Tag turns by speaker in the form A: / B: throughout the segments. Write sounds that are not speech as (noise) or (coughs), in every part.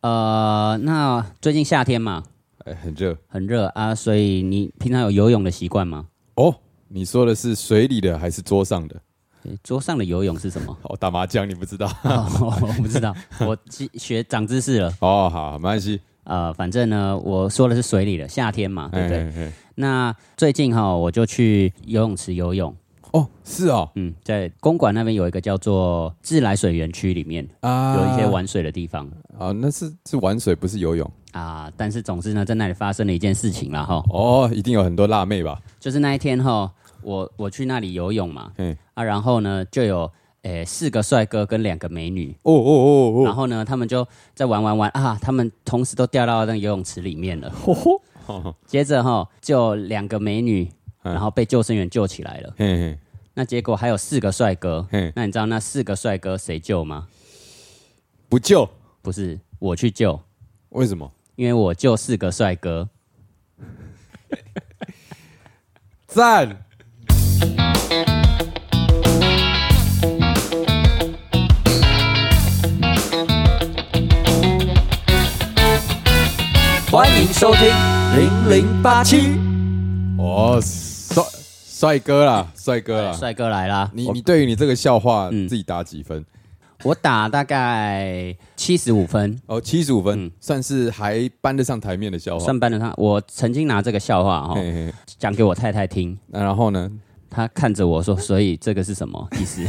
A: 呃，那最近夏天嘛，
B: 哎，很热
A: 很热啊，所以你平常有游泳的习惯吗？
B: 哦。你说的是水里的还是桌上的？？
A: 诶桌上的游泳是什么 (laughs)
B: 哦，打麻将你不知道
A: 哦我不知道，我记学长知识了。
B: 哦，好，没关系。
A: 呃，反正呢，我说的是水里的夏天嘛，对不对？
B: 哎哎
A: 那最近哈、我就去游泳池游泳。
B: 哎哦，是哦，
A: 嗯，在公馆那边有一个叫做自来水园区，里面
B: 啊
A: 有一些玩水的地方
B: 啊，那是是玩水，不是游泳。
A: 啊、但是总之呢，在那里发生了一件事情啦哈，
B: 哦，一定有很多辣妹吧？
A: 就是那一天哈，我我去那里游泳嘛
B: 嗯，
A: 啊，然后呢就有诶四个帅哥跟两个美女，
B: 哦哦
A: 然后呢他们就在玩玩玩啊，他们同时都掉到那个游泳池里面了，
B: 哦哦，
A: (laughs) 接着哈就两个美女，
B: 嗯
A: 然后被救生员救起来了，
B: 嘿嘿
A: 那结果还有四个帅哥，
B: 嘿，
A: 那你知道那四个帅哥谁救吗？
B: 不救，
A: 不是我去救。
B: 为什么？
A: 因为我就四个帅哥。
B: 赞！
A: 欢迎收听
B: 零零八七。哦，帅帅哥啦，帅哥啦！
A: 帅哥来啦！
B: 你你对于你这个笑话
A: 哦嗯
B: 自己打几分？
A: 我打大概七十五分，
B: 哦，七十五分，算是还搬得上台面的笑
A: 嗯
B: 话。
A: 算班得上。我曾经拿这个笑话哈、
B: 哦嘿嘿，
A: 讲给我太太听，
B: 那然后呢？
A: 她看着我说：“所以这个是什
B: (laughs)
A: 么意思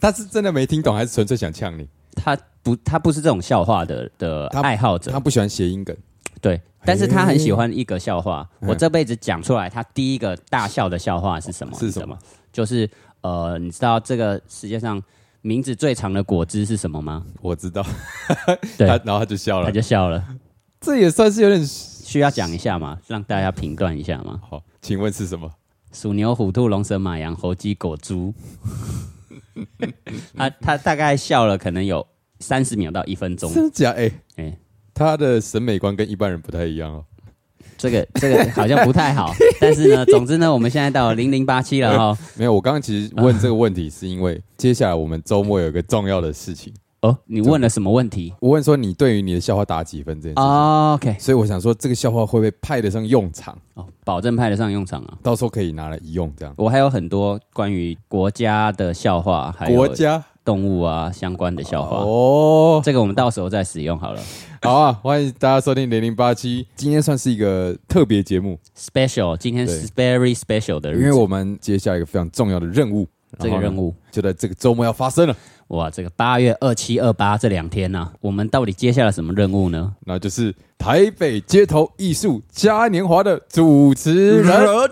B: 他是真的没听懂，还是纯粹想呛你？？”
A: 她不，她不是这种笑话的的
B: 她
A: 爱好者
B: 他，不喜欢谐音梗。
A: 对。但是她很喜欢一个笑话，
B: 哎
A: 我这辈子讲出来，她第一个大笑的笑话是什么？
B: 是什么？
A: 就是呃，你知道这个世界上名字最长的果汁是什么吗？
B: 我知道，
A: 对
B: 他然后他就笑
A: 她
B: 了。
A: 就笑了。
B: 这也算是有点
A: 需要讲一下嘛，让大家评断一下嘛。
B: 好。请问是什么？
A: 鼠、牛、虎、兔、龙、蛇、马、羊、猴、鸡、狗、猪。 (laughs) 他他大概笑了，可能有三十秒到一分钟。
B: 真的假？哎，
A: 哎、
B: 他的审美观跟一般人不太一样哦。
A: 这个这个好像不太
B: (laughs)
A: 好，但是呢，总之呢，我们现在到零零八七了哈。
B: 没有，我刚刚其实问这个问题是因为接下来我们周末有一个重要的事情，
A: 哦，你问了什么问题、
B: 我问说你对于你的笑话打几分这件事情，
A: 哦、？OK，
B: 所以我想说这个笑话会不会派得上用场，
A: 哦，保证派得上用场啊。
B: 到时候可以拿来一用这样。
A: 我还有很多关于国家的笑话，还有
B: 国家
A: 动物啊相关的哎笑话，
B: 哦，
A: 这个我们到时候再使用好了。
B: 好啊，欢迎大家收听零零八七，今天算是一个特别节目，
A: Special，今天是 very special 的日
B: 因
A: 子，
B: 为我们接下来一个非常重要的任务，
A: 这个任务，
B: 就在这个周末要发生了，
A: 哇，这个八月二七、二八这两天呢、啊我们到底接下了什么任务呢？
B: 那就是台北街头艺术嘉年华的主
A: 嗯
B: 持人。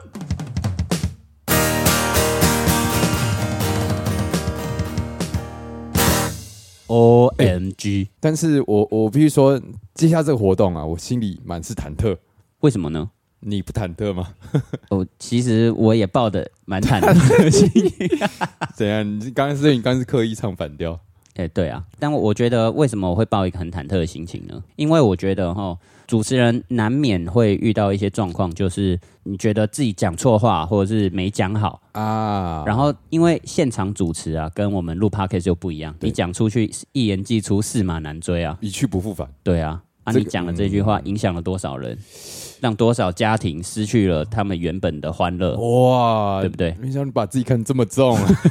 A: O M G，
B: 但是我我必须说，接下这个活动啊，我心里满是忐忑。
A: 为什么呢？
B: 你不忐忑吗？
A: 哦，其实我也抱的蛮忐 (laughs) 忑的心。
B: 怎样？你刚刚是你刚刚是刻意唱反调
A: 哎、对啊，但我觉得为什么我会抱一个很忐忑的心情呢？因为我觉得哈，主持人难免会遇到一些状况，就是你觉得自己讲错话，或者是没讲好，
B: 啊？
A: 然后，因为现场主持啊，跟我们录 podcast 又不一样，
B: 对
A: 你讲出去一言既出，驷马难追啊，
B: 一去不复返，
A: 对啊，啊，
B: 这个嗯
A: 你讲了这句话，影响了多少人，让多少家庭失去了他们原本的欢乐，
B: 哦哇
A: 对不对？
B: 没想到你把自己看这么重、啊， (laughs)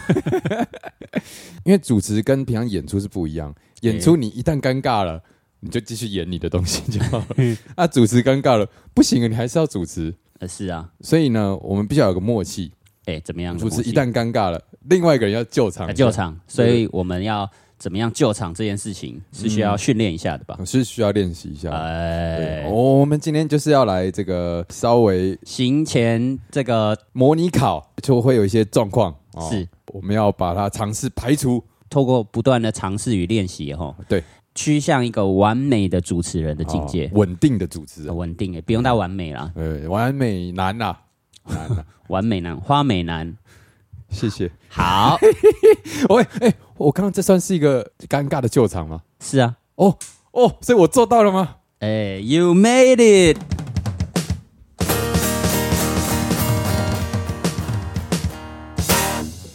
B: 因为主持跟平常演出是不一样，演出你一旦尴尬了，你就继续演你的东西就好了。 (laughs) 啊，主持尴尬了，不行啊，你还是要主持。
A: 呃，是啊，
B: 所以呢，我们必须要有个默契，
A: 哎，怎么样？
B: 主持
A: 怎么
B: 一旦尴尬了，另外一嗯个人要救场
A: 来，啊救场，所以我们要怎么样救场这件事情是需要训练一下的吧？
B: 是需要练习一下。嗯对
A: 哎，
B: 哦我们今天就是要来这个稍微
A: 行前这个
B: 模拟考，就会有一些状况，哦
A: 是
B: 我们要把它尝试排除。
A: 透过不断的尝试与练习，哈，
B: 对，
A: 趋向一个完美的主持人的境界哦
B: 哦。稳定的主持人
A: 很，稳定诶，哎不用到完美啦，
B: 呃，完美啊男呐、
A: (laughs)
B: 男呐、
A: 完美男、花美男。
B: 谢谢。 (laughs)
A: 好，
B: 喂，哎、我刚刚这算是一个尴尬的救场吗？
A: 是啊，
B: 哦哦，所以我做到了吗？
A: 哎、y o u made it。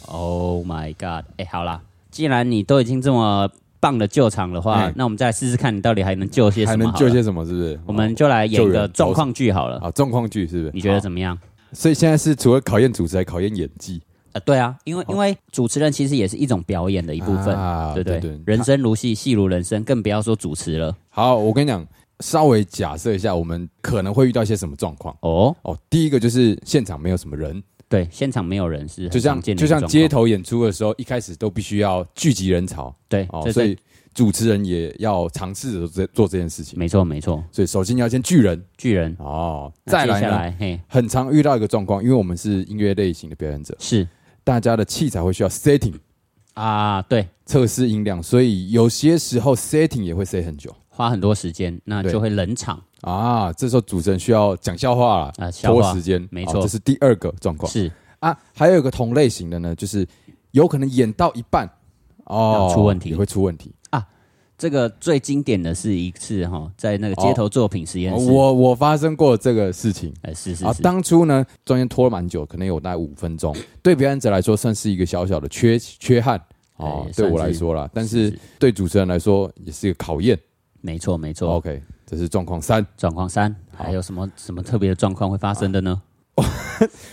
A: Oh my god！哎、好啦，既然你都已经这么棒的救场的话，
B: 哎
A: 那我们再试试看你到底还能救些
B: 还
A: 什么
B: 能
A: 好了。
B: 救些什么？是不是？
A: 我们就来演一
B: 救
A: 个
B: 援
A: 状况剧好了，
B: 啊，状况剧是不是？
A: 你觉得
B: 好？
A: 怎么样？
B: 所以现在是除了考验主持，还考验演技
A: 呃，对啊，因为
B: 好
A: 因为主持人其实也是一种表演的一部分，
B: 啊
A: 对不
B: 对
A: 对？
B: 对。
A: 人生如戏，戏如人生，更不要说主持了。
B: 好，我跟你讲，稍微假设一下，我们可能会遇到一些什么状况
A: 哦，
B: 哦。第一个就是现场没有什么人，
A: 对，现场没有人是很
B: 就像
A: 常见的哦
B: 就像
A: 状况
B: 街头演出的时候，一开始都必须要聚集人潮
A: 对，
B: 哦，
A: 这
B: 所
A: 这
B: 以主持人也要尝试着做做这件事情。
A: 没错没错，
B: 所以首先要先聚人
A: 巨人。
B: 哦，
A: 那
B: 再来
A: 接下
B: 呢，
A: 来嘿
B: 很常遇到一个状况，因为我们是音乐类型的表演者，
A: 是
B: 大家的器材会需要 setting
A: 啊，对，
B: 测试音量，所以有些时候 setting 也会 set 很久
A: 花很多时间，那
B: 对
A: 就会冷场
B: 啊。这时候主持人需要讲笑话啦，
A: 啊，消
B: 拖
A: 化
B: 时间，
A: 没
B: 哦
A: 错
B: 这是第二个状况
A: 是
B: 啊。还有一个同类型的呢，就是有可能演到一半哦
A: 那出问题
B: 也会出问题。
A: 这个最经典的是一次哈，在那个街头作品实验
B: 哦
A: 室，
B: 我我发生过这个事情。
A: 呃，是是
B: 啊，
A: 是，
B: 当初呢，中间拖了蛮久，可能有大概五分钟，对表演者来说算是一个小小的缺缺憾哦
A: 哎，
B: 对我
A: 算
B: 来
A: 是
B: 说啦，但
A: 是
B: 是对主持人来说也是一个考验。哦
A: 没错没错。
B: OK，这是状况三，
A: 状况三，
B: 好
A: 还有什么什么特别的状况会发生的呢？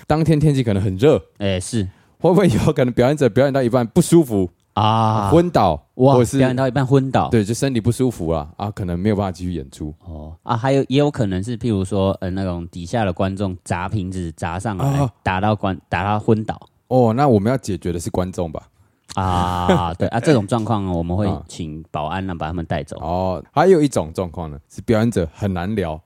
B: 当天天气可能很热， (laughs)
A: 哎，是
B: 会不会有可能表演者表演到一半不舒服，
A: 啊，
B: 昏倒，
A: 哇，
B: 或是
A: 表演到一半昏倒，
B: 对，就身体不舒服啦，啊，可能没有办法继续演出
A: 哦啊，还有也有可能是，譬如说，呃，那种底下的观众砸瓶子砸上来，
B: 啊
A: 打到观打他昏倒
B: 哦。那我们要解决的是观众吧？
A: 啊，对 (laughs) 啊，这种状况我们会
B: 啊
A: 请保安呢、把他们带走
B: 哦，还有一种状况呢，是表演者很难聊，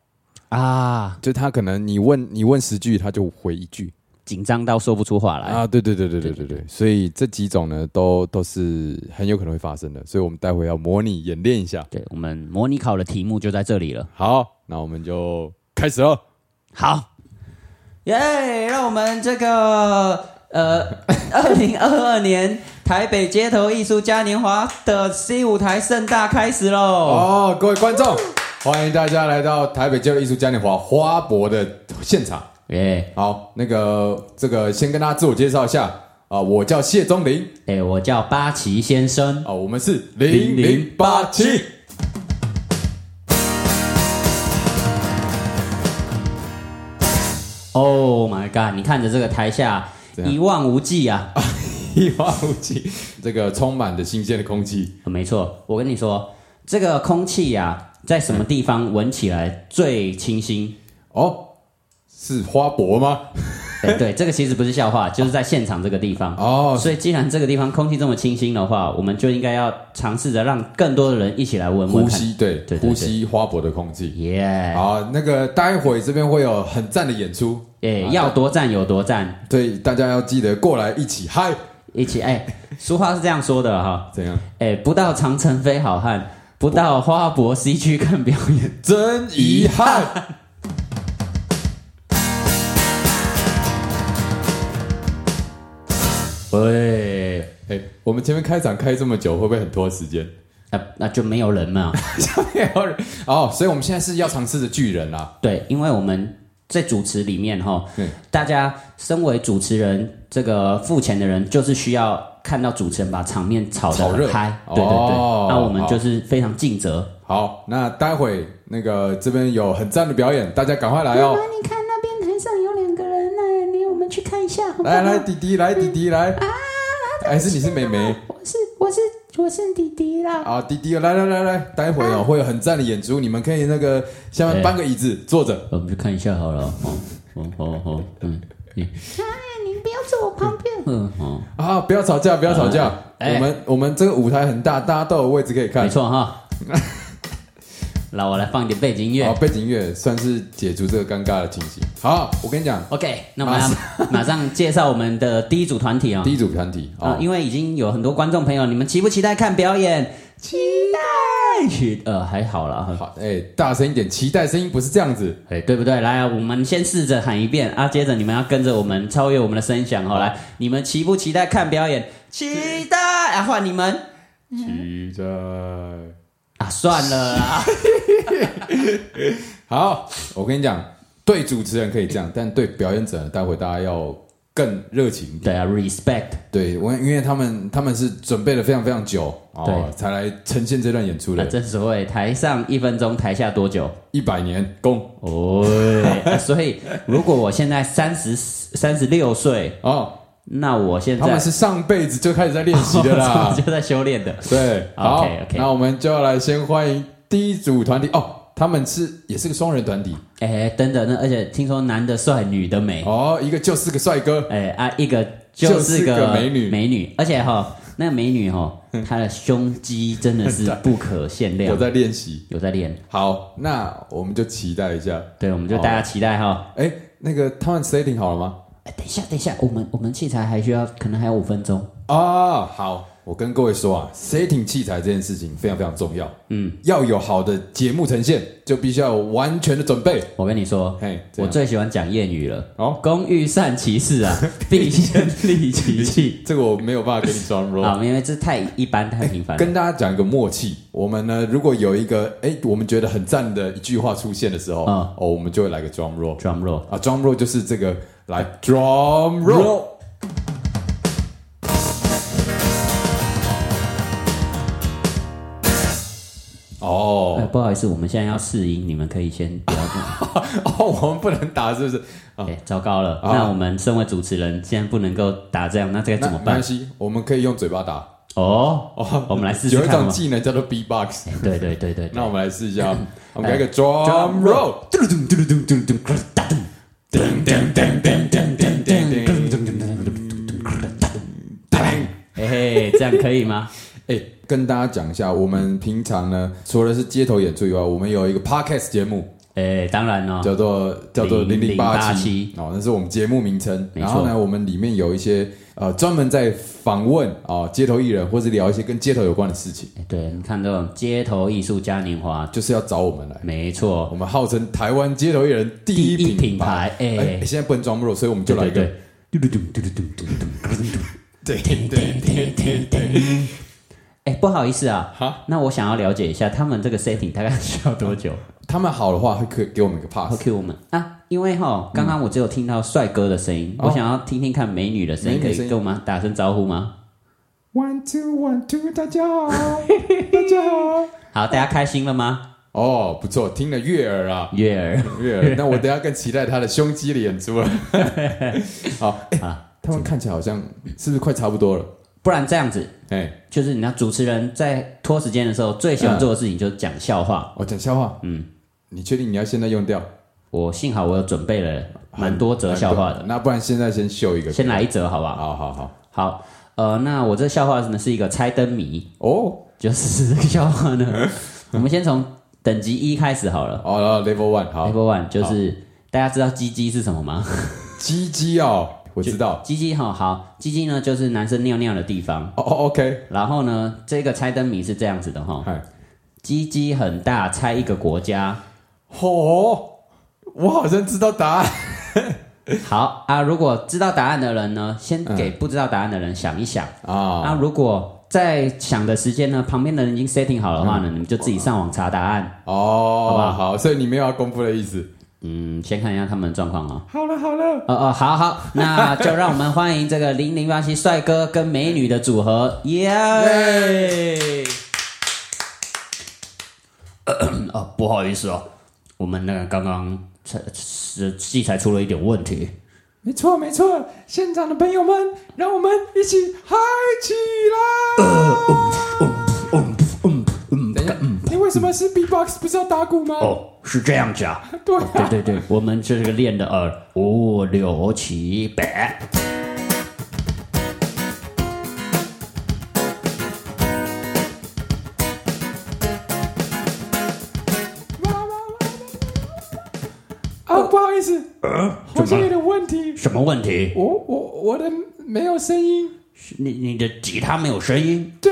A: 啊，
B: 就他可能你问你问十句，他就回一句。
A: 紧张到说不出话来
B: 啊，对对对对对
A: 对
B: 对
A: 对
B: 对，所以这几种呢，都都是很有可能会发生的，所以我们待会要模拟演练一下。
A: 对我们模拟考的题目就在这里了。
B: 好，那我们就开始了。
A: 好，耶、让我们这个呃， (laughs) 二零二二年台北街头艺术嘉年华的 C 舞台盛大开始喽！
B: 哦，各位观众，欢迎大家来到台北街头艺术嘉年华花博的现场。
A: 耶、
B: 好，那个这个先跟大家自我介绍一下啊，我叫谢宗林
A: 哎、我叫八旗先生。
B: 啊，我们是零零八七。 (laughs)
A: Oh my god！你看着这个台下
B: 怎样
A: 一望无际啊，
B: 一望无际，这个充满着新鲜的空气。
A: 没错，我跟你说，这个空气呀、在什么地方闻起来最清新？
B: 哦，是花博吗？
A: 哎对，这个其实不是笑话，就是在现场这个地方。
B: 哦，
A: 所以，既然这个地方空气这么清新的话，我们就应该要尝试着让更多的人一起来闻闻
B: 呼
A: 看。
B: 吸，哦对，
A: 对对
B: 呼吸花博的空气。
A: 耶！
B: 好，那个待会这边会有很赞的演出，
A: 哎，要多赞有多赞，
B: 所以大家要记得过来一起嗨，
A: 一起哎。俗话是这样说的哈，
B: 怎样？
A: 哎，不到长城非好汉，不到花博西区看表演。 (laughs)
B: 真遗憾。
A: 喂，
B: 哎、我们前面开场开这么久，会不会很拖时间？ (laughs)
A: 那那就没有人嘛。
B: 没有人哦，所以我们现在是要尝试着巨人啊啦、
A: 对，因为我们在主持里面哈
B: 对，
A: 大家身为主持人，这个付钱的人就是需要看到主持人把场面炒得
B: 炒热
A: 很嗨，对对对。
B: 哦
A: 那我们
B: 好
A: 就是非常尽责，
B: 好，那待会那个这边有很赞的表演，大家赶快来哦！
C: 妈妈，你看那边台上有两个人呢，你我们去看一下好不好？
B: 来
C: 啊
B: 来，弟弟来，弟弟来，还是你是妹妹
C: 我是我是我是弟弟啦。
B: 啊？弟弟来来来来，待会哦会有很赞的演出，你们可以那个下面
A: 对
B: 搬个椅子坐着。
A: 我们去看一下好了。哦，哦，哦，哦，嗯，
C: 哎，你不要坐我旁边。
A: 嗯，哦，
B: 啊！不要吵架，不要吵架。
A: 哎
B: 我们我们这个舞台很大，大家都有位置可以看。
A: 没错哈。 (laughs) 那我来放一点背景音
B: 好，
A: 乐。
B: 啊背景音乐算是解除这个尴尬的情形。好，我跟你讲，
A: OK，那我们要马上介绍我们的第一组团体啊、
B: 第一组团体
A: 啊，
B: 啊，
A: 因为已经有很多观众朋友，你们期不期待看表演？期待。呃，还好啦。哈
B: 好，哎，大声一点，期待声音不是这样子。
A: 哎，对不对？来啊，我们先试着喊一遍啊，接着你们要跟着我们超越我们的声响哦。来，你们期不期待看表演？期待啊，换你们
B: 期待。
A: 啊，算了啦，
B: 好，我跟你讲，对主持人可以这样，但对表演者，待会大家要更热情一点。
A: 对啊，respect，
B: 对，我因为他们他们是准备了非常非常久哦，
A: 对
B: 才来呈现这段演出
A: 那
B: 的，
A: 正啊所谓台上一分钟，台下多久？
B: 一百年功
A: 哦、啊所以如果我现在三十三十六岁，
B: 哦，
A: 那我现在
B: 他们是上辈子就开始在练习
A: (laughs)
B: 的啦。
A: 就在修炼的。
B: 对，
A: (laughs)
B: 好
A: OK，OK
B: 那我们就要来先欢迎第一组团体哦，他们是也是个双人团体
A: 哎，等等，那而且听说男的帅，女的美。
B: 哦，一个就是个帅哥，
A: 哎啊，一个就是
B: 就是个美女嗯
A: 美女，而且哈、那个美女哈、她的胸肌真的是不可限量，
B: 有在练习。
A: 有在练。
B: 好，那我们就期待一下。
A: 对，我们就大家期待哈、
B: 哎，那个他们 setting 好了吗？
A: 哎，等一下，等一下，我们我们器材还需要，可能还有五分钟。
B: 啊，好，我跟各位说啊，setting 器材这件事情非常非常重要。嗯，要有好的节目呈现，就必须要有完全的准备。
A: 我跟你说
B: 嘿，
A: 哦我
B: 这样
A: 最喜欢讲谚语了。
B: 哦
A: 工欲善其事
B: (laughs)
A: 啊，必先利其器。
B: 这个我没有办法给你装 roll。
A: 啊，因为这太一般太平凡了。
B: 跟大家讲一个默契，我们呢，如果有一个哎、我们觉得很赞的一句话出现的时候，
A: 嗯
B: 哦，我们就会来个 drum roll
A: drum roll，
B: 啊，drum roll 就是这个来 drum roll，
A: 哎
B: 哦
A: 哎
B: (laughs)
A: 不好意思，我们现在要试音，你们可以先不要动。
B: 哦，我们不能打是不是？啊，
A: 哎，糟糕了，
B: 啊
A: 那我们身为主持人，现在不能够打这样，那这该
B: 那
A: 哎怎么
B: 没
A: 办
B: 关？系，我们可以用嘴巴打。
A: 哦，我们来试试
B: 有一
A: 看
B: 种
A: 嘛。
B: 技能叫做 B-box，
A: 哎对对对对，哎对
B: 那我们来试一下，我们来个 drum roll。
A: 嘟噜嘟噜嘟噜嘟噜嘟噜嘟噜咕噜哒嘟噜噔噔噔噔噔噔噔噔咕噜嘟噜嘟噜嘟噜嘟噜嘟噜咕噜哒嘟噜砰嘿嘿，这样可以
B: (laughs)
A: 吗？
B: 哎、跟大家讲一下，我们平常呢，除了是街头演出以外，我们有一个 podcast 节目，
A: 哎，当然哦，
B: 叫做叫做零零八七
A: 0087
B: 哦，那是我们节目名称。
A: 没错
B: 然后呢，我们里面有一些呃专门在访问啊、哦街头艺人，或是聊一些跟街头有关的事情，
A: 哎对，你看这种街头艺术嘉年华，
B: 就是要找我们来。
A: 没
B: 我
A: 错，
B: 们号称台湾街头艺人第一
A: 第一
B: 品
A: 品牌哎
B: 现在不能装弱，所以我们就
A: 对
B: 来一
A: 对
B: 个
A: 对，嘟噜嘟噜嘟噜嘟噜嘟噜嘟噜咕噜嘟噜
B: (laughs) 对对对对对对，
A: 哎，不好意思啊，
B: 哈，
A: 那我想要了解一下，他们这个 setting 大概需要多
B: (laughs)
A: 久？
B: 他们好的话会可以给我们一个
A: 好
B: pass，
A: Q 我们啊，因为哈，刚刚我只有听到帅哥的声音，
B: 哦
A: 我想要听听看美女的声音，
B: 美
A: 可
B: 女
A: 以
B: 声音
A: 跟我们打声招呼吗？
B: One two one two，大家好，大家好。
A: 好，大家开心了吗？
B: (laughs) 哦，不错，听了悦耳啊，
A: 月
B: (laughs)
A: 儿，
B: 悦耳。那我等一下更期待他的胸肌的演出 (laughs) 了。好，哎
A: 啊
B: 他们看起来好像是不是快差不多了？
A: 不然这样子，
B: 哎，
A: 就是你知道主持人在拖时间的时候，最
B: 嗯
A: 喜欢做的事情就是讲笑话。
B: 我讲笑话。嗯，你确定你要现在用掉？
A: 我幸好我有准备了蛮多则笑话的，
B: 那不然现在先秀一个。
A: 先来一则好不好？
B: 好好好。
A: 好，呃，那我这笑话呢是一个猜灯谜， (laughs)
B: 哦，
A: 就是这个笑话
B: (laughs)
A: 呢，我们先从等级一开始好了。
B: 好了，Level 哦 One，
A: Level
B: 好，
A: One 就是大家知道鸡鸡是什么吗？
B: 鸡鸡哦，我知道。
A: 鸡鸡哈好，鸡鸡呢就是男生尿尿的地方。
B: 哦哦，OK，
A: 然后呢，这个猜灯谜是这样子的哈，
B: 嗨，
A: 鸡鸡很大，猜一个国家。
B: 哦，我好像知道答案。
A: 好啊，如果知道答案的人呢，先
B: 嗯
A: 给不知道答案的人想一想。
B: 啊
A: 啊，如果在想的时间呢，旁边的人已经 setting 好的话呢，你们就自己上网查答案。好不
B: 哦
A: 好，
B: 好，所以你没有要公布的意思。
A: 嗯，先看一下他们的状况哦。
B: 好了好了，
A: 哦哦，好好， (laughs) 那就让我们欢迎这个零零八七帅哥跟美女的组合，耶、 (coughs) 哦，不好意思哦，我们那个刚刚才是器材出了一点问题。
B: 没错没错，现场的朋友们，让我们一起嗨起
A: 呃哦
B: 来！你为什么是 B-box 不是要打鼓吗？
A: 哦，是这样子啊。
B: 对
A: 哦对对对，我们这个练的呃五六七八。
B: 啊，不好意思，好像有点问题，
A: 什呃么问题？
B: 我我我的没有声音，
A: 是你你的吉他没有声音
B: 对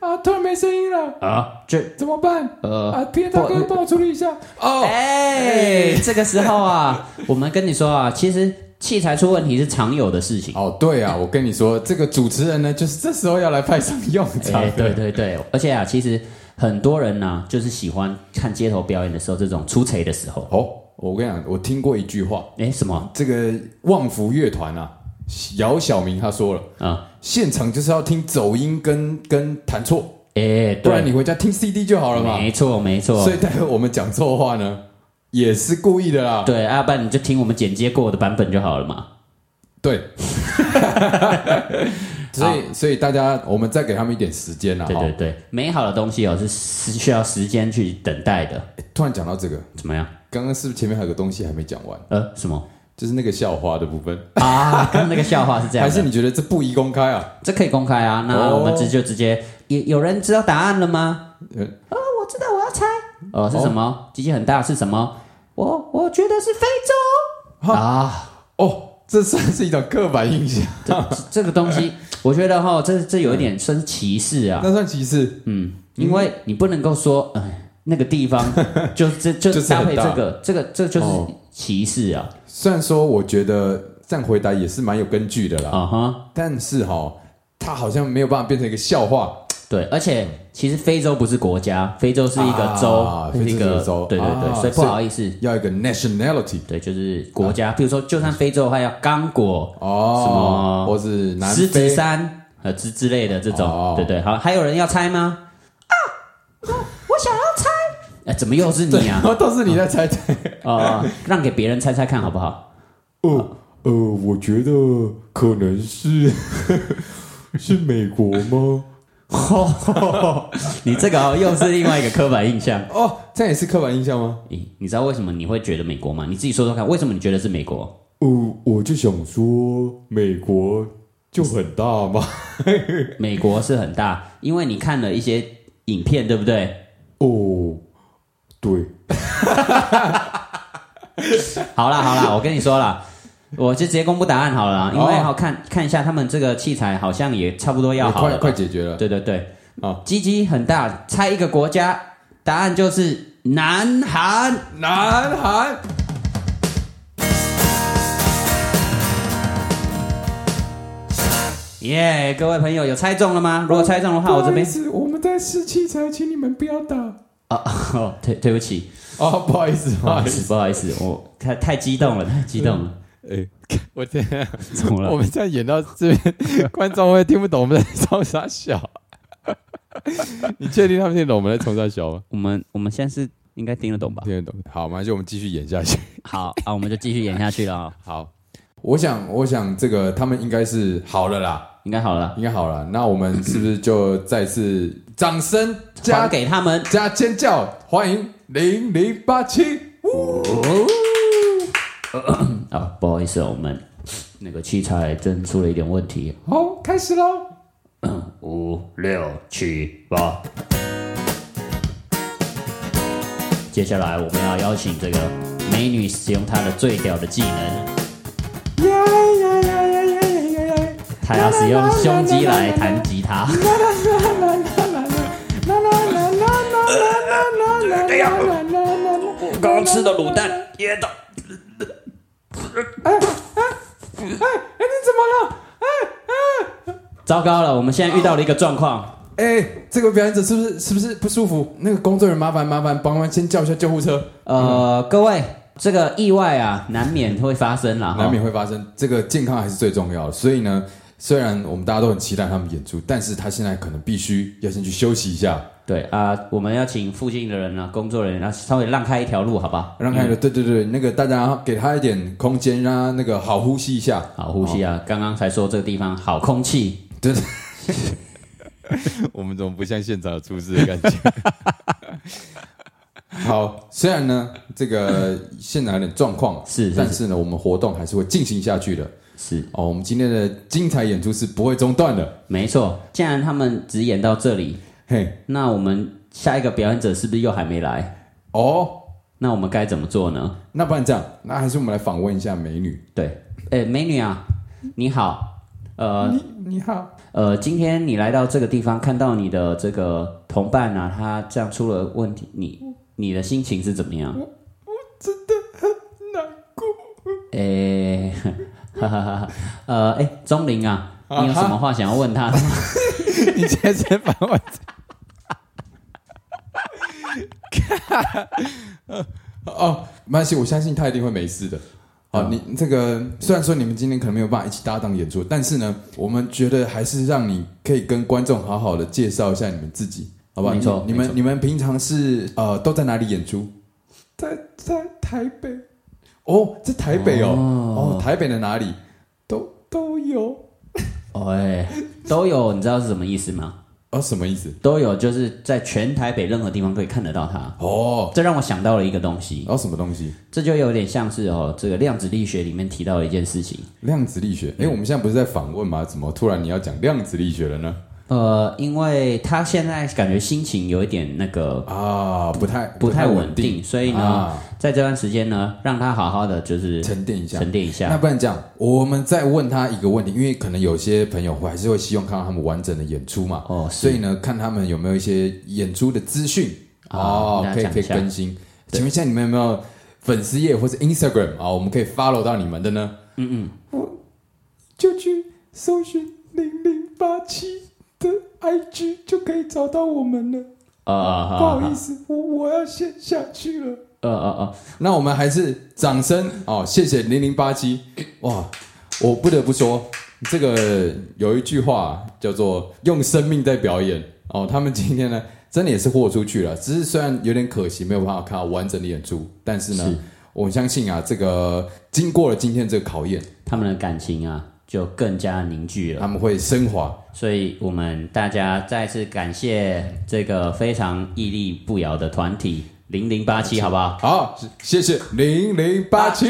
B: 啊，突然没声音了，
A: 啊？这
B: 怎么办？
A: 呃
B: 啊，皮大哥
A: 不
B: 帮我处理一下。哦，
A: 哎，这个时候啊，我们跟你说啊，其实器材出问题是常有的事情。
B: 哦，对啊，我跟你说，这个主持人呢，就是这时候要来派上用场
A: 哎，。对对对，而且啊，其实很多人呢、就是喜欢看街头表演的时候，这种出贼的时候，
B: 哦，我跟你讲，我听过一句话，
A: 哎，什么？
B: 这个旺福乐团啊，姚晓明他说了，
A: 啊，
B: 现场就是要听走音跟跟弹错，
A: 哎，
B: 不然
A: 对，
B: 你回家听 CD 就好了嘛。
A: 没错没错
B: 所，以待会我们讲错话呢，也是故意的啦。
A: 对，阿半你就听我们剪接过的版本就好了嘛。
B: 对，
A: (laughs)
B: 所以所以大家，我们再给他们一点时间啦。哦
A: 对
B: 哈
A: 对对，美好的东西哦是是需要时间去等待的，
B: 突然讲到这个，
A: 怎么样？
B: 刚刚是不是前面还有个东西还没讲完？
A: 呃，什么
B: 就是那个校花的部分，
A: 啊？刚刚那个笑话是这样
B: 还
A: 的
B: 是，你觉得这不宜公开啊？
A: 这可以公开啊？那
B: 哦
A: 我们直就直接有有人知道答案了吗？
B: 呃
C: 我知道，我要猜，
A: 哦，是什么？机器很大是什么？
C: 我我觉得是非
B: (laughs)
C: 洲。
A: 啊，
B: 哦，这算是一种刻板印象，
A: 这这个东西，我觉得哈，这这有一点算是歧视啊，
B: 那算歧视。
A: 嗯，因为你不能够说，哎，那个地方就这就
B: (laughs) 就是
A: 搭
B: 很
A: 配这
B: 大
A: 个，这个这就是
B: 哦
A: 歧视啊，
B: 虽然说我觉得这样回答也是蛮有根据的啦，
A: 啊哈，
B: 但是哈、它好像没有办法变成一个笑话。
A: 对，而且其实非洲不是国家，非洲是一个
B: 啊
A: 州，
B: 非洲
A: 一
B: 是个州
A: 对对对，
B: 啊
A: 所以不
B: 所以
A: 好意思，
B: 要一个 nationality
A: 对，就是
B: 啊
A: 国家，比如说就算非洲还有刚果、什
B: 哦
A: 么，
B: 或是南
A: 狮子
B: 非
A: 山呃之之类的这种
B: 哦，
A: 对对，好，还有人要猜吗？
C: 啊我想要猜，
A: 哎，怎么又是
B: 对 (laughs)
A: 你啊？
B: 哦都是你在猜猜。
A: (laughs) 哦，让给别人猜猜看好不好？
B: (laughs) 哦，呃，我觉得可能是是美国
A: (laughs)
B: 吗？
A: 你这个、哦、又是另外一个刻板印象。
B: 哦，这样也是刻板印象吗？
A: 你你知道为什么你会觉得美国吗？你自己说说看，为什么你觉得是美国？
B: 哦，我就想说美国就很大嘛。
A: 美国是很大，因为你看了一些影片，对不对？
B: 哦，对，
A: 好啦好啦，我跟你说啦，我就直接公布答案好了啦，因为
B: 哦
A: 好看看一下他们这个器材好像也差不多要
B: 也
A: 好
B: 快
A: 了。
B: 快解决了。
A: 对对对，
B: 哦
A: 鸡鸡很大，猜一个国家，答案就是南韩。
B: 南韩。
A: 耶、各位朋友有猜中了吗？如果猜中的话，我这边
B: 是我们在试器材，请你们不要打。
A: 啊、 (laughs) 哦，对对不起，
B: 哦，不好意思，不
A: 不好
B: 好
A: 意
B: 意思。
A: 思，不好意思，我太太激动 (laughs) 了，太激动了，
B: 哎，我天啊，
A: 怎么
B: 我
A: 了？
B: 们这样演到这边，观众会听不懂我们在冲啥笑。 (laughs) 你确定他们听得懂我们在冲啥笑吗？
A: 我们我们现在是应该听得懂吧？
B: 听得懂。好，马上就我们继续演下去。
A: 好啊，我们就继续演下去了、哦，
B: 好，我想，我想这个他们应该是好了啦，
A: 应该好了，
B: 应该好了。那我们是不是就再次掌声加
A: 还给他们。
B: 加尖叫，欢迎零零八七？
A: 啊，不好意思哦，我们那个器材真出了一点问题。
B: 好，开始喽。
A: 五六七八，接下来我们要邀请这个美女使用她的最屌的技能，
B: 呀呀呀呀呀呀呀呀！
A: 她要使用胸肌来弹吉他。
D: 哎呀，我刚刚吃的卤蛋噎到。
A: 糟糕了，我们现在遇到了一个状况，
B: 哎、这个表演者是不是是不是不舒服？那个工作人员麻烦麻烦，帮忙先叫一下救护车，
A: 呃，各位，这个意外啊，难免会发生啦，哈
B: 难免会发生。这个健康还是最重要的，所以呢，虽然我们大家都很期待他们演出，但是他现在可能必须要先去休息一下，
A: 对啊、我们要请附近的人啊，工作人员啊，稍微让开一条路，好吧？
B: 让他、对对对，那个大家给他一点空间，让他那个好呼吸一下。哦
A: 好呼吸啊！刚刚才说这个地方好空气，
B: 对，我们怎么不像现场有出事的感觉？ (laughs) 好，虽然呢，这个现场有点状况，
A: 是是
B: 但是呢，我们活动还是会进行下去的。
A: 是
B: 哦，我们今天的精彩演出是不会中断的。
A: 没错。既然他们只演到这里，
B: 嘿，
A: 那我们下一个表演者是不是又还没来？
B: 哦，
A: 那我们该怎么做呢？
B: 那不然这样，那还是我们来访问一下美女。
A: 对，哎，美女啊，你好，呃
B: 你你好，
A: 呃，今天你来到这个地方，看到你的这个同伴啊，他这样出了问题，你你的心情是怎么样？诶、 (laughs) 哈哈哈哈，呃，哎、钟林啊，你有什么话想要问他的吗？
B: 你今天在访问？ (laughs) 哦，没关系，我相信她一定会没事的。
A: 嗯
B: 好，你这个虽然说你们今天可能没有办法一起搭档演出，但是呢，我们觉得还是让你可以跟观众好好的介绍一下你们自己，好吧？
A: 没错
B: 你
A: 没
B: 你们
A: 错
B: 你们平常是呃都在哪里演出？在在台北。哦，在台北哦，
A: 哦
B: 哦，台北的哪里？都都有。
A: 哦哎，都有，你知道是什么意思吗？
B: 哦，什么意思？
A: 都有，就是在全台北任何地方可以看得到它。
B: 哦，
A: 这让我想到了一个东西，
B: 然后什么东西？
A: 这就有点像是哦，这个量子力学里面提到的一件事情。
B: 量子力学。哎、我们现在不是在访问吗？怎么突然你要讲量子力学了呢？
A: 呃，因为他现在感觉心情有一点那个
B: 啊，不太
A: 不太稳定，所以呢，
B: 啊
A: 在这段时间呢，让他好好的就是
B: 沉淀一下。
A: 沉淀一
B: 那
A: 下。
B: 不然这样，我们再问他一个问题，因为可能有些朋友会还是会希望看到他们完整的演出嘛。
A: 哦是
B: 所以呢，看他们有没有一些演出的资讯
A: 啊
B: 哦
A: 那，
B: 可以
A: 讲一
B: 可以
A: 下
B: 更新。请问现在你们有没有粉丝页或是 Instagram 啊、我们可以 follow 到你们的呢？嗯嗯，我就去搜寻零零八七的 IG 就可以找到我们了。
A: 呃，
B: 不
A: 好好好
B: 思，我我要先下去了。
A: 呃呃
B: 那我们还是掌声哦，谢谢零零八七哇！我不得不说，这个有一句话叫做“用生命在表演”哦。他们今天呢，真的也是豁出去了，只是虽然有点可惜，没有办法看到完整的演出，但是呢，
A: 是
B: 我相信啊，这个经过了今天这个考验，
A: 呃，他们的感情啊就更加凝聚了
B: 他。们会升华。
A: 所以我们大家再次感谢这个非常屹立不摇的团体零零八七，好不好？
B: 好，谢谢零零八七。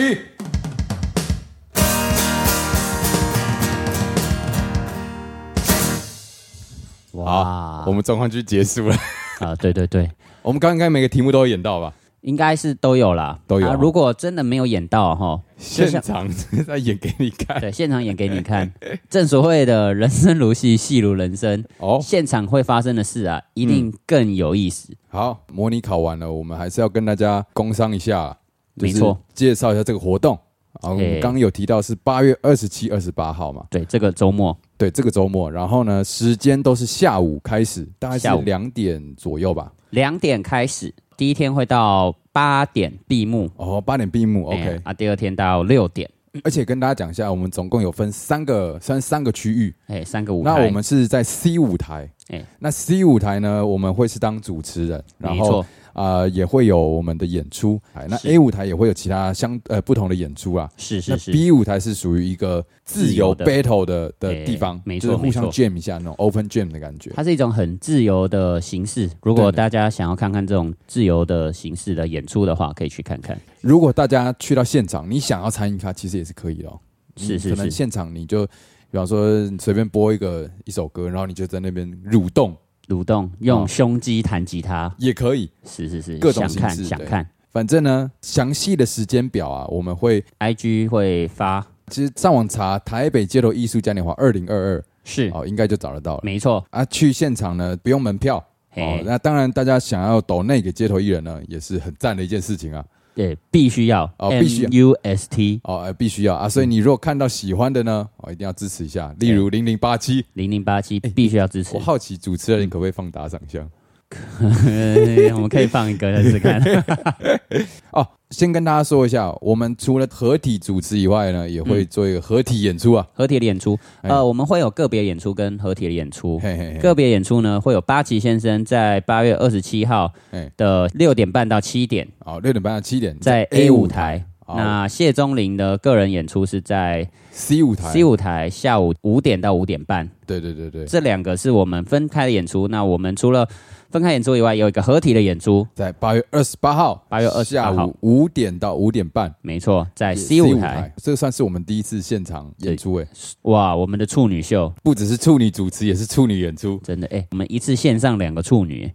A: 哇
B: 我们状况剧结束了。
A: 啊，对对对，
B: 我们刚刚应该每个题目都有演到吧？
A: 应该是都有啦，
B: 都有
A: 啊如果真的没有演到哈，
B: (laughs)
A: 就
B: 现
A: 像
B: 场再演给你看。
A: 对，现场演给你看。正所谓的人生如戏，戏如人生，
B: 哦，
A: 现场会发生的事啊，一定更有意思。
B: 好，模拟考完了，我们还是要跟大家工商一下，
A: 没错，
B: 介绍一下这个活动。啊，我
A: 嘿
B: 们刚刚有提到是八月二十七、二十八号嘛？
A: 对，这个周末
B: 对，这个周末。然后呢，时间都是下午开始，大概是
A: 下午
B: 两点左右吧。
A: 两点开始，第一天会到八点闭幕
B: 哦，八点闭幕
A: 哎
B: ，OK。
A: 啊，第二天到六点，
B: 而且跟大家讲一下，我们总共有分三个，算三个区域。
A: 哎，三个舞台。
B: 那我们是在 C 舞台，
A: 哎
B: 那 C 舞台呢，我们会是当主持人，然
A: 没
B: 后
A: 错，
B: 呃也会有我们的演出。哎，那
A: 是
B: A 舞台也会有其他相呃不同的演出啊。
A: 是是
B: 那
A: 是
B: B 舞台是属于一个自由
A: 自
B: battle 的
A: 对
B: 的地方，
A: 没
B: 就
A: 错
B: 是互相
A: 没
B: jam 一下那种 open jam 的感觉。
A: 它是一种很自由的形式。如果
B: 对的
A: 大家想要看看这种自由的形式的演出的话，可以去看看。
B: 如果大家去到现场，你想要参与它，其实也是可以的、哦。
A: 是
B: 嗯
A: 是
B: 可能
A: 是
B: 现场你就，比方说你随便播一个一首歌，然后你就在那边蠕动
A: 蠕动用
B: 哦
A: 胸肌弹吉他，
B: 也可以。
A: 是是是，
B: 各种
A: 想看
B: 形式
A: 想
B: 对
A: 看
B: 反正呢，详细的时间表啊，我们会
A: ，IG 会发
B: 其实上网查台北街头艺术嘉年华二零二二，
A: 是
B: 哦，应该就找得到了。
A: 没错，
B: 啊，去现场呢不用门票哦
A: 嘿。，
B: 那当然，大家想要抖那个街头艺人呢，也是很赞的一件事情啊。
A: 对，必须要
B: 哦必须要
A: U S T
B: 哦，呃必须要
A: 嗯
B: 啊，所以你如果看到喜欢的呢，哦，一定要支持一下。例如零零八七，
A: 零零八
B: 哎
A: 七必须要支持
B: 我。好奇主持人可不可以放打赏箱？
A: (laughs) 我们可以放一个试试看。
B: (laughs)
A: 嗯
B: 哦，先跟大家说一下，我们除了合体主持以外呢，也
A: 嗯
B: 会做一个合体演出啊。
A: 合体的演出，
B: 哎
A: 呃，我们会有个别演出跟合体的演出。
B: 嘿嘿嘿，
A: 个别演出呢，会有八旗先生在八月二十七号
B: 哎
A: 的六点半到七点，
B: 哦，六点半到七点
A: 在 A 舞台。
B: 哦
A: 那谢宗林的个人演出是在
B: C 舞台
A: C 舞台下午五点到五点半，
B: 对对对对，
A: 这两个是我们分开的演出。那我们除了分开演出以外，有一个合体的演出，
B: 在八月二十八号，
A: 8月28
B: 下
A: 号
B: 午五点到五点半
A: 没错，在 C 舞台。，
B: 这算是我们第一次现场演出诶，
A: 哇，我们的处女秀
B: 不只是处女主持，也是处女演出，
A: 真的哎、我们一次线上两个处女，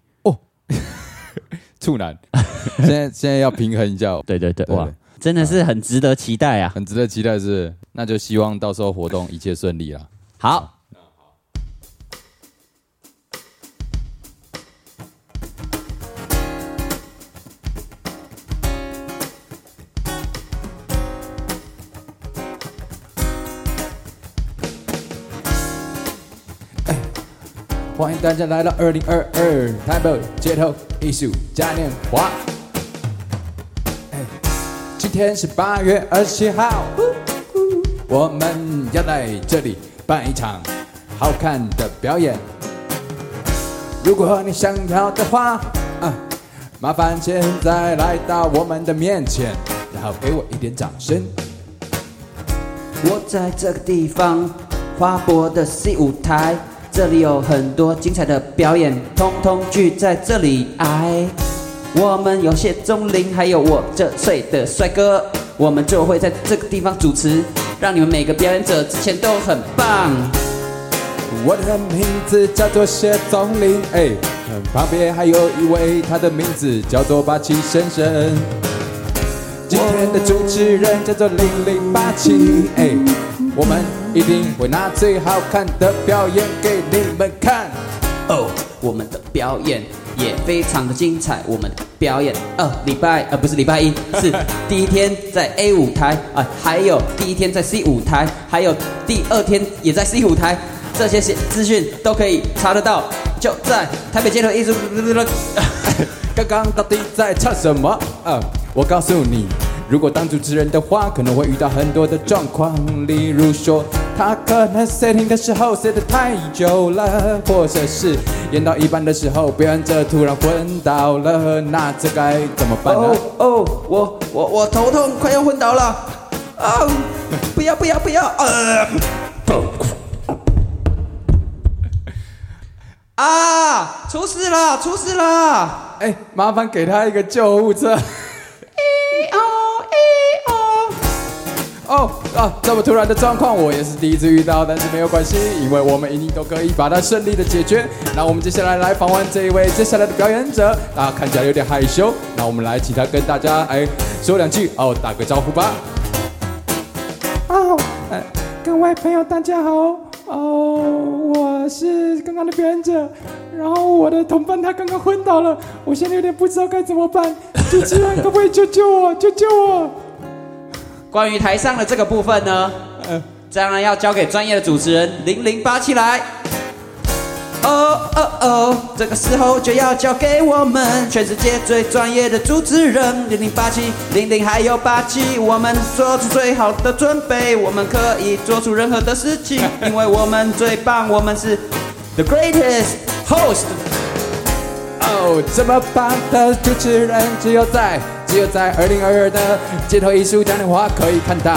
A: (laughs)
B: 处男。现在现在要平衡一下哦，
A: 对对对，
B: 对
A: 哇
B: 对，
A: 真的是很值得期待啊！
B: 很值得期待是不是，那就希望到时候活动一切顺利啦。
A: 好，
B: 欢迎大家来到二零二二台北街头艺术嘉年华。哎今天是八月二十号，我们要在这里办一场好看的表演。如果你想要的话，啊，麻烦现在来到我们的面前，然后给我一点掌声。
E: 我在这个地方，花博的 C 舞台，这里有很多精彩的表演，通通聚在这里哎。我们有谢钟林，还有我这岁的帅哥，我们就会在这个地方主持，让你们每个表演者之前都很棒。
B: 我的名字叫做谢总林，哎，嗯旁边还有一位，他的名字叫做八七先生。今天的主持人叫做零零八七，哎，我们一定会拿最好看的表演给你们看。
E: 哦，我们的表演也非常的精彩。我们的表演，呃，礼拜呃不是礼拜一，是第一天在 A 舞台啊、还有第一天在 C 舞台，还有第二天也在 C 舞台，这些资讯都可以查得到，就在台北街头艺术。 (laughs)
B: (laughs) 刚刚到底在唱什么？呃，我告诉你，如果当主持人的话，可能会遇到很多的状况，例如说，他可能 setting 的时候 set 的太久了，或者是演到一半的时候，表演者突然昏倒了，那这该怎么办呢
E: 哦？哦，我我我头痛，快要昏倒了，啊、不要不要不要，呃， (laughs) 啊，出事了，出事了。
B: 哎、麻烦给他一个救护车。
C: E
B: 哦啊，这么突然的状况我也是第一次遇到，但是没有关系，因为我们一定都可以把它顺利的解决。那我们接下来来访问这一位接下来的表演者，啊，看起来有点害羞，那我们来请他跟大家哎说两句哦，打个招呼吧。哦，呃，各位朋友大家好，哦，我是刚刚的表演者，然后我的同伴他刚刚昏倒了，我现在有点不知道该怎么办，主持人可不可以救救我，救救我？
E: 关于台上的这个部分呢，当然要交给专业的主持人零零八七来。哦哦哦，这个时候就要交给我们全世界最专业的主持人零零八七零零还有八七，我们做出最好的准备，我们可以做出任何的事情，因为我们最棒，我们是 the greatest host。
B: 哦，这么棒的主持人，只有在只有在二零二二的街头艺术嘉年华可以看到，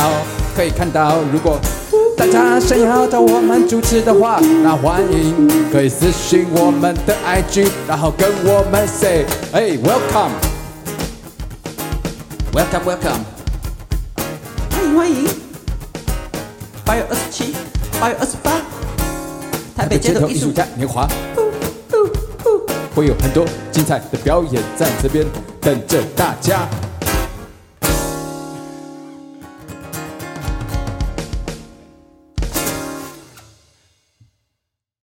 B: 可以看到。如果大家想要找我们主持的话，那欢迎可以私信我们的 IG，然后跟我们 say，哎，welcome。
E: Welcome, welcome！欢迎欢迎！八月二十七，八月二十八，台北街头艺术家
B: 嘉年华，会有很多精彩的表演在这边等着大家。